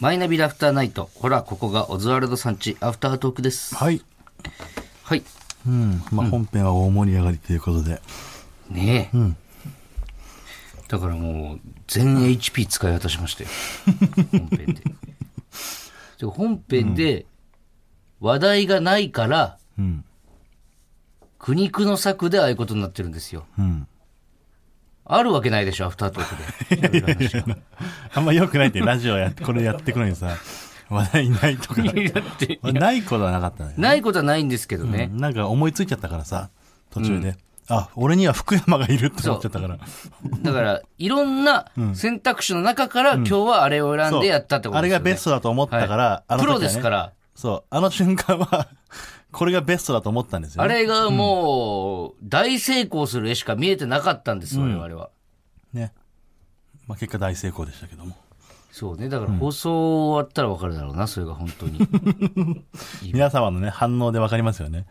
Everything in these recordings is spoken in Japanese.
マイナビラフターナイト。ほら、ここがオズワルドさんち、アフタートークです。はい。はい。うん。まあ、本編は大盛り上がりということで。ねえ。だからもう、全 HP 使い果たしましたよ。本編で。で本編で、話題がないから、うん。苦肉の策でああいうことになってるんですよ。うん。あるわけないでしょ、アフタートークで。あんま良くないって、ラジ オやって、これやってくのにさ、話題ないとか。だって、ないことはなかったね。ないことはないんですけどね。うんなんか思いついちゃったからさ、途中で。あ、俺には福山がいるって思っちゃったから。だから、いろんな選択肢の中から、今日はあれを選んそうでやったってことあでれすよね。がベストだと思ったから、はいあの時プはねロですから、そう。あの瞬間は、 これがベストだと思ったんですよ、あね。れがもう、大成功する絵しか見えてなかったんです、我々は。ね。まあ結果大成功でしたけども。そうね。だから放送終わったらわかるだろうな、それが本当 に。皆様のね、反応でわかりますよね。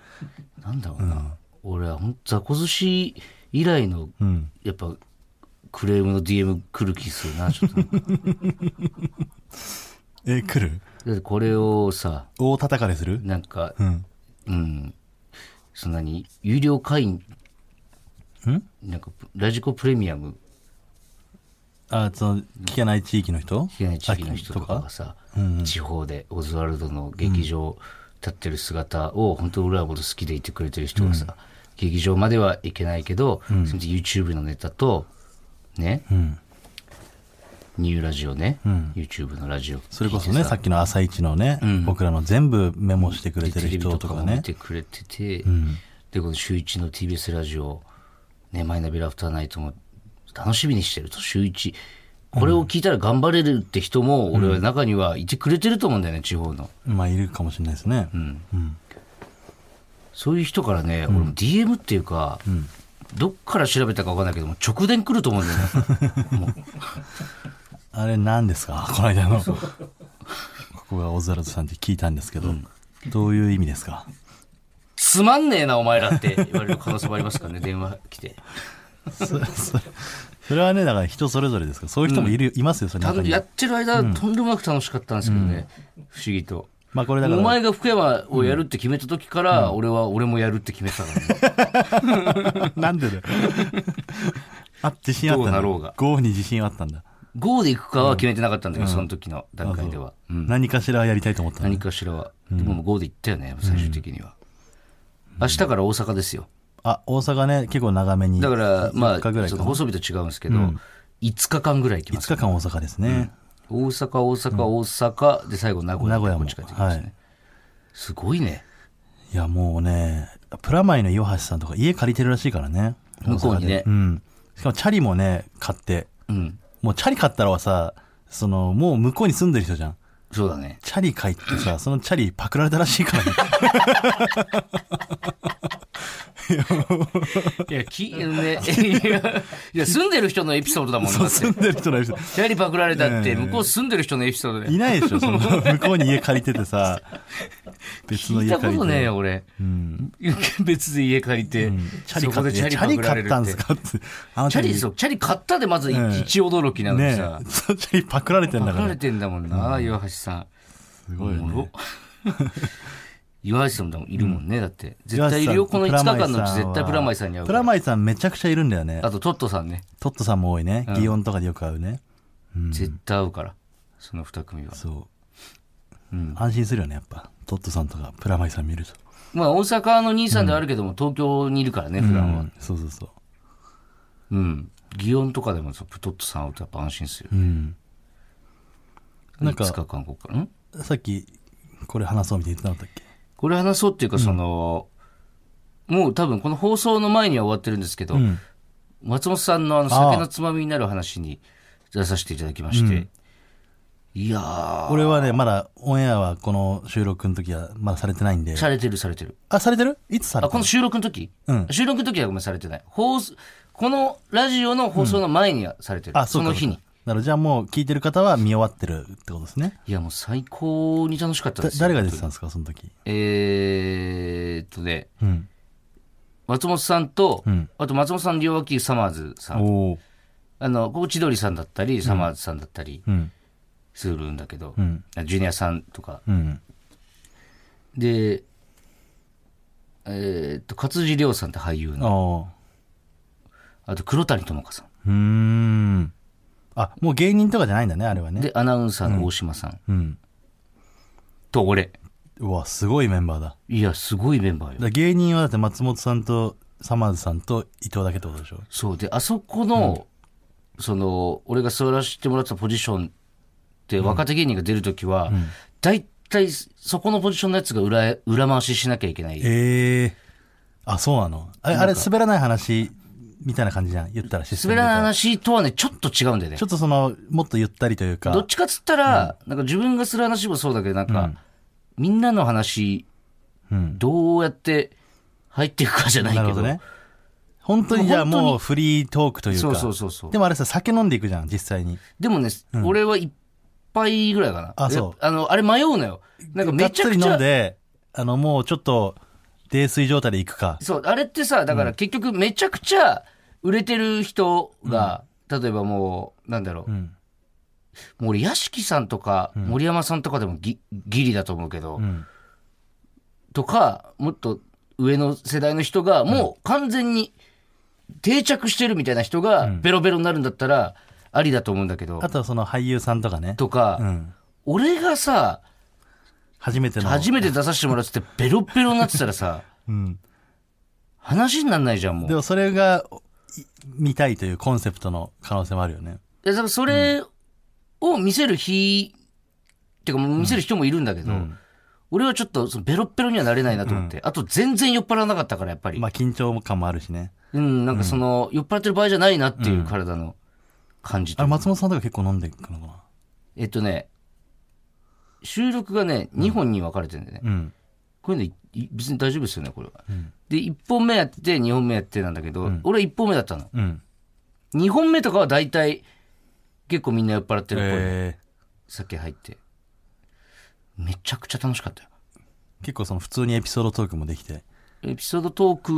なんだろうな。俺はほんと、ザコ寿司以来の、うん。やっぱ、クレームの DM 来る気するな、ちょっと。 え、来るだってこれをさ、大叩かれするなんか、うん。うん。そんなに、有料会員、なんか、ラジコプレミアム、あ、その、聞けない地域の人被害地域の人とかあがさ、うん地方でオズワルドの劇場立ってる姿を、本当俺らも好きでいてくれてる人がさ、劇場までは行けないけど、それで YouTube のネタと、ね、うん。ニューラジオね、うん YouTube のラジオ聞いてさ。それこそね、さっきの朝一のね、ん僕らの全部メモしてくれてテるレビ人ととかかもね見。てくれてて、んで、この週一の TBS ラジオ、ね、マイナビラフターナイトも楽しみにしてると、週一。これを聞いたら頑張れるって人も、俺は中にはいてくれてると思うんだよね、地方の。まあ、いるかもしれないですね。うん。そういう人からね、俺も DM っていうか、どっから調べたか分かんないけども、直電来ると思うんだよね。 あれ何ですかこの間の。ここがオズワルドさんって聞いたんですけど、どういう意味で すかつまんねえな、お前らって言われる可能性もありますからね、 電話来て。そそそれはね、だから人それぞれですから、そういう人もいる、いますよ、そのた中んにや。ってる間、とんでもなく楽しかったんですけどね、不思議と。まあこれだかおら、前が福山をやるって決めた時から、俺は俺もやるって決めてた からね。なんでだよ。 あ、自信あったんだ。どうなろうがゴーに自信あったんだ。 5で行くかは決めてなかったんだけど、その時の段階では。うん何かしらやりたいと思ったんだ何かしらは。でももう5で行ったよね、最終的には。明日から大阪ですよ。あ、大阪ね、結構長めに。だから、まあ、 4日ぐらいちょかっと放送日と違うんですけど、5日間ぐらい行きます。 5日間大阪ですね。大阪、大阪、大阪、で、最後名古屋。名古屋もこっち帰ってきますね。はいすごいね。いや、もうね、プラマイの岩橋さんとか家借りてるらしいからね。向こうにね大阪でうん。しかもチャリもね、買って。うん。もうチャリ買ったらはさ、その、もう向こうに住んでる人じゃん。そうだ ね。チャリ買いって さ、そのチャリパクられたらしいからね。いや、き、ね、 いやいや、住んでる人のエピソードだもんね。だって住んでる人の人。チャリパクられたっえて、え向こう住んでる人のエピソードで。いないでしょ、その、向こうに家借りててさ、別 聞のい家た借こりとて。ねえよ、俺。 別で家借りて、チャリそこ買っでて、チャリパクられ買るってたんですかって。あのチャリ、そう、チャリ買ったでまず一ええ驚きなのにねさえ、。そのチャリパクられてんパだクからられ。てんだもんな、岩橋さん。すごいよおもねろ。 岩橋さんもいるもんね、だって。絶岩橋さん対いるよ、この5日間のうちプラマイさんは絶対プラマイさんに会うプかラら。マイさんめちゃくちゃいるんだよねあ。とトットさんね、トットさんも多いね。祇園とかでよく会うね。絶対会うから、その2組は。そう。安心するよね、やっぱ。トットさんとか、プラマイさん見ると。まあ大阪の兄さんではあるけども、東京にいるからね、普段は。そうそうそう。うん。祇園とかでもそうトットさん会うとやっぱ安心する。うん。なんか5日間後から。んさっき、これ話そうみたいに言ってなかったっこれ話そうっていうか、その、もう多分この放送の前には終わってるんですけど、けうん。松本さんのあのああ酒のつまみになる話に出させていただきまして、いやー、俺はね、まだオンエアはこの収録の時はまだされてないんで。されてるされてる。あ、されてるいつされあ、てこるの収録の時、うん収録の時はごめんされてない。放送、このラジオの放送の前にはされてる。あ、そそうかの日。にそう。かなるほどじゃあもう聞いてる方は見終わってるってことですね。いや、もう最高に楽しかっただですよ。誰が出てたんですか、その時。えーっとね、うん。松本さんと、うんあと松本さん両脇サマーズさん。おお。あの、ここ千鳥さんだったり、サマーズさんだったり、うん。するんだけど、うんジュニアさんとか。うんで、えーっと、勝地涼さんって俳優あの、ああと黒谷友香さうーんあもう芸人とかじゃないんだねあれはん。ねで、アナウンサーの大島さんうんと俺。うわすごいメンバーだだかいや、すごいメンバーよ。ら芸人はだって松本さんとさまぁずさんと伊藤だけってことでしょそう。で、あそこの、その、俺が座らせてもらったポジションって、若手芸人が出るときは、大体、そこのポジションのやつが裏へ、裏回ししなきゃいけない。ええあそうなのあれあれ滑らない話みたいな感じじゃん言ったらシステム滑で言らうなとい話とはね、ちょっと違うんだよねちょ。っとそのもっとゆったりというかどっちかっつったら、なんか自分がする話もそうだけど、なんか、みんなの話、うんどうやって入っていくかじゃないけなど。るほどね本当にじゃあ本当にもうフリートークというかそうそうそうそう。でもあれさ酒飲んでいくじゃん実際にでもね、俺は一杯ぐらいかな。あそうやあの、あれ迷うのよ。なんかめちゃくがっちつり飲ゃん、であのもうちょっと泥酔状態で行くかそう、あれってさ、だから結局めちゃくちゃ売れてる人が、例えばもう、なんだろう、うんもう俺、屋敷さんとか、森山さんとかでもぎギリだと思うけど、んとか、もっと上の世代の人が、もう完全に定着してるみたいな人が、ベロベロになるんだったら、ありだと思うんだけど、あとはその俳優さんとかねとか、うん俺がさ、初めての初めて出させてもらってて、ベロベロになってたらさ、 うん話になんないじゃん、もう。でもそれがい見たいというコンセプトの可能性もあるよねいや、だからそれを見せる日、ってかもう見せる人もいるんだけど、俺はちょっとそのベロッベロにはなれないなと思って、あと全然酔っ払わなかったから、やっぱり。まあ緊張感もあるしねうん、なんかその、酔っ払ってる場合じゃないなっていう体の感じあと、れ松本さんとか結構飲んでいくのかなえっとね、収録がね、2本に分かれてるんでね。うんこういうのいい別に大丈夫ですよね、これは。で、1本目やって、2本目やってなんだけど、俺は1本目だったの。うん2本目とかは大体、結構みんな酔っ払ってるっぽい。え酒入ってめちゃくちゃ楽しかったよー結構その普通にエピソードトークもできてエピソードトーク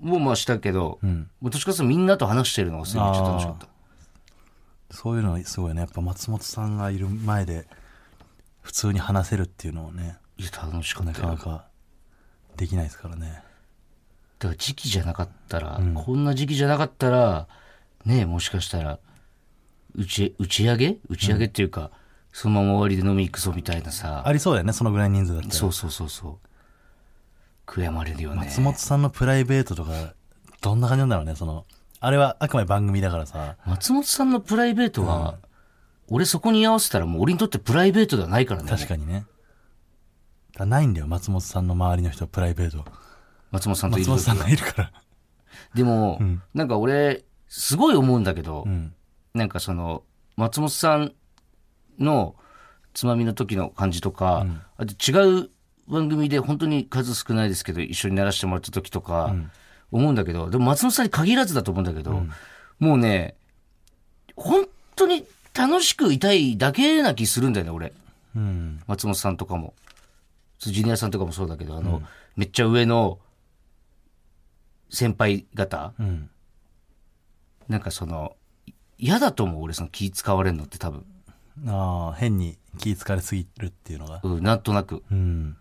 もまあしたけど、んもうどっちかというとみんなと話してるのがすごいめっちゃ楽しかったそういうのはすごいねやっぱ松本さんがいる前で普通に話せるっていうのをねいや楽しかなったかよなだかかできないですからねら時期じゃなかったら、こんな時期じゃなかったらねえもしかしたら打ち打ち上げ打ち上げっていうか、そのまま終わりで飲み行くぞみたいなさありそうだよねそのぐらいの人数だったらそうそうそうそう悔やまれるよね松本さんのプライベートとかどんな感じなんだろうねそのあれはあくまで番組だからさ松本さんのプライベートは、俺そこに居合わせたらもう俺にとってプライベートではないからね確かにねだからないんだよ松本さんの周りの人はプライベート松本さんといる松本さんがいるからでも、なんか俺、すごい思うんだけど、んなんかその、松本さんのつまみの時の感じとか、あと違う番組で本当に数少ないですけど、一緒にならしてもらった時とか、思うんだけど、でも松本さんに限らずだと思うんだけど、もうね、本当に楽しくいたいだけな気するんだよね、俺。うん松本さんとかも、ジュニアさんとかもそうだけど、あの、めっちゃ上の先輩方、うんなんかその、い嫌だと思う、俺、その気使われるのって多分、ああ変に気疲れすぎるっていうのがうん、なんとなく。うん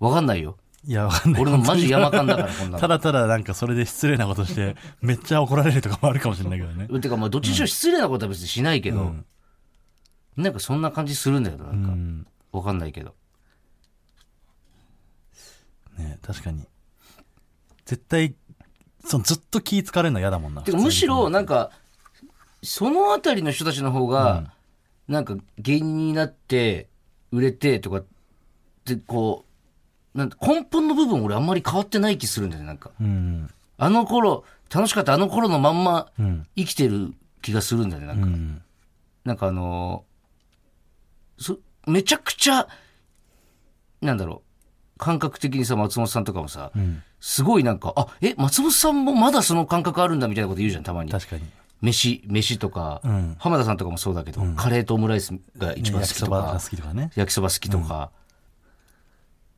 わかんないよ。いやわかんない俺のマジ山間 だから、こんなただただなんかそれで失礼なことして、 めっちゃ怒られるとかもあるかもしれないけどね。の。てか、まあ、どっちにしろ失礼なことは別にしないけど、なんかそんな感じするんだよな、なんうか。ん。わかんないけど。ね確かに。絶対、そのずっと気疲れるの嫌だもんな。てか、むしろ、なんか、そのあたりの人たちの方が、なんか芸人になって、売れてとかって、こう、なんて根本の部分俺あんまり変わってない気するんだよね、なんか。うん。あの頃、楽しかったあの頃のまんまうん。生きてる気がするんだよね、なんうか。ん。なんかあのーそ、めちゃくちゃ、なんだろう、感覚的にさ、松本さんとかもさ、うん。すごいなんか、あ、え、松本さんもまだその感覚あるんだみたいなこと言うじゃん、たまに。確かに。飯、飯とか、うん浜田さんとかもそうだけど、カレーとオムライスが一番好焼ききとそばがか好、きとかね。焼きそば好きとか、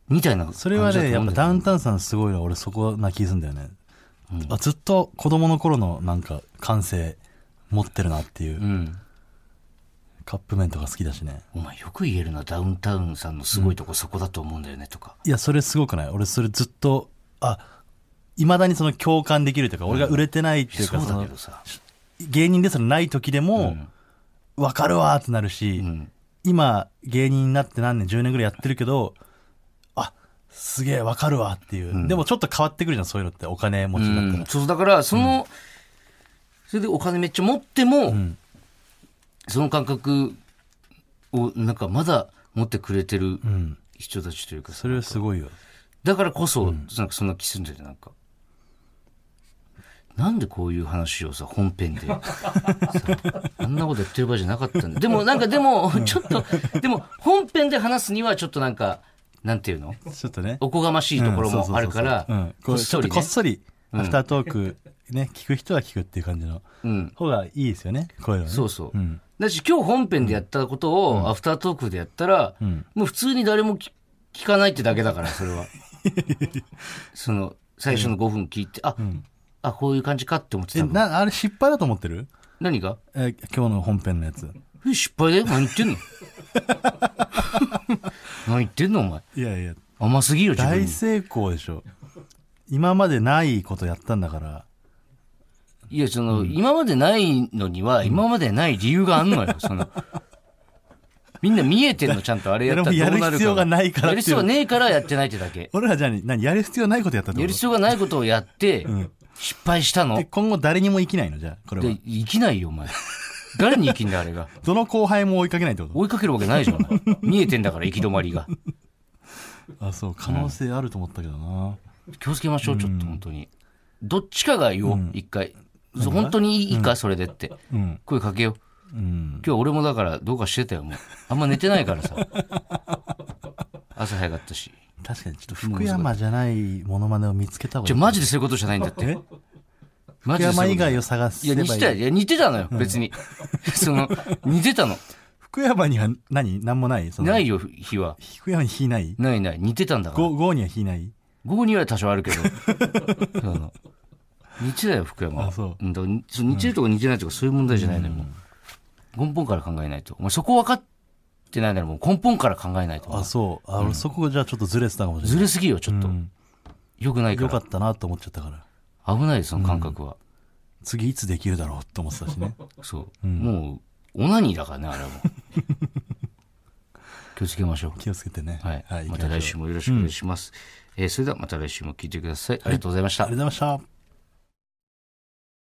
みたいな感じそれはだとね、や思うっんぱだよダウンタウンさんすごいのは俺そこな気すんだよね。あずっと子供の頃のなんか感性持ってるなっていううん。カップ麺とか好きだしねお前よく言えるなダウンタウンさんのすごいとこそこだと思うんだよねとか、いやそれすごくない俺それずっとあいまだにその共感できるというか、俺が売れてないっていうそかうそだのけどさ芸人ですらない時でも、分かるわーってなるし、ん今芸人になって何年10年ぐらいやってるけどあすげえ分かるわっていう、でもちょっと変わってくるじゃんそういうのってお金持ちだったうんら、そうだからその、それでお金めっちゃ持っても、んその感覚をなんかまだ持ってくれてるうん人たちというかさ、それはすごいよだからこそ、なんかそんな気すんだよねなんかなんでこういう話をさ本編で さあんなことやってる場合じゃなかったんだでもなんかでも ちょっとでも本編で話すにはちょっとなんかなんていうのちょっとねおこがましいところもあるからうんここっうちょそっりとねこっそりアフタートークね聞く人は聞くっていう感じのうん方がいいですよねこういうのねそうそう、んだし今日本編でやったことをアフタートークでやったら、もう普通に誰もき聞かないってだけだからそ れはその最初の5分聞いて、あ、あこういう感じかって思ってえたのなあれ失敗だと思ってる何がえ今日の本編のやつえ失敗だよ何言 ってんの何言ってんのお前いやいや甘すぎよ自分大に成功でしょ今までないことやったんだからいやその、今までないのには今までない理由があんのよそ のみんな見えてんのちゃんとあれやったらどうなるかやる必要がないからやっていうる必要がねえからやってないってだけ俺らじゃあ何やる必要ないことやったってやこると必要がないことをやって、失敗したのえ。今後誰にも生きないのじゃあこれはで、生きないよ、お前。誰に生きんだ、あれ が。どの後輩も追いかけないってこ追いかけるわけないじゃん、お前。見えてんだから、行き止まりが。とあそう可能性あると思ったけどな、気をつけましょう、ちょっと、本当に。どっちかが言おう、一回。そう本当にいいか、それでって。ん声かけよう。うん、今日俺もだから、どうかしてたよ、もう。あんま寝てないからさ。 朝早かったし。確かにちょっと福山じゃないモノマネを見つけた方がじいゃ、いマジでそういうことじゃないんだって。マ福ジでそ山ういう以こと外を探すいや、似てたよ。いや、似てたのよ、別に。その、似てたの。福山には何何も ないそのないよ、日は。福山に火ないないない、似てたんだから。ゴゴーには火ない午後には多少あるけど。 あの似てたよ、福山は。あそうんだからにそう似てるとか似てないとかそういう問題じゃないのよ、もう。根本から考えないと。お前そこ分かってないならもう根本から考えないと。あそうあ、俺そこがじゃあちょっとずれてたかもしれずないれすぎよ、ちょっと。んよくないか。よからったなと思っちゃったから危ないよ、その感覚は。次いつできるだろうと思ってたしねそう。もう、オナニーだからね、あれ はもう。気をつけましょう。気をつけてねはい。行きましょたう来週もよろしくお願いします。えーそれではまた来週も聞いてください。ありがとうございましたあり。がとうございました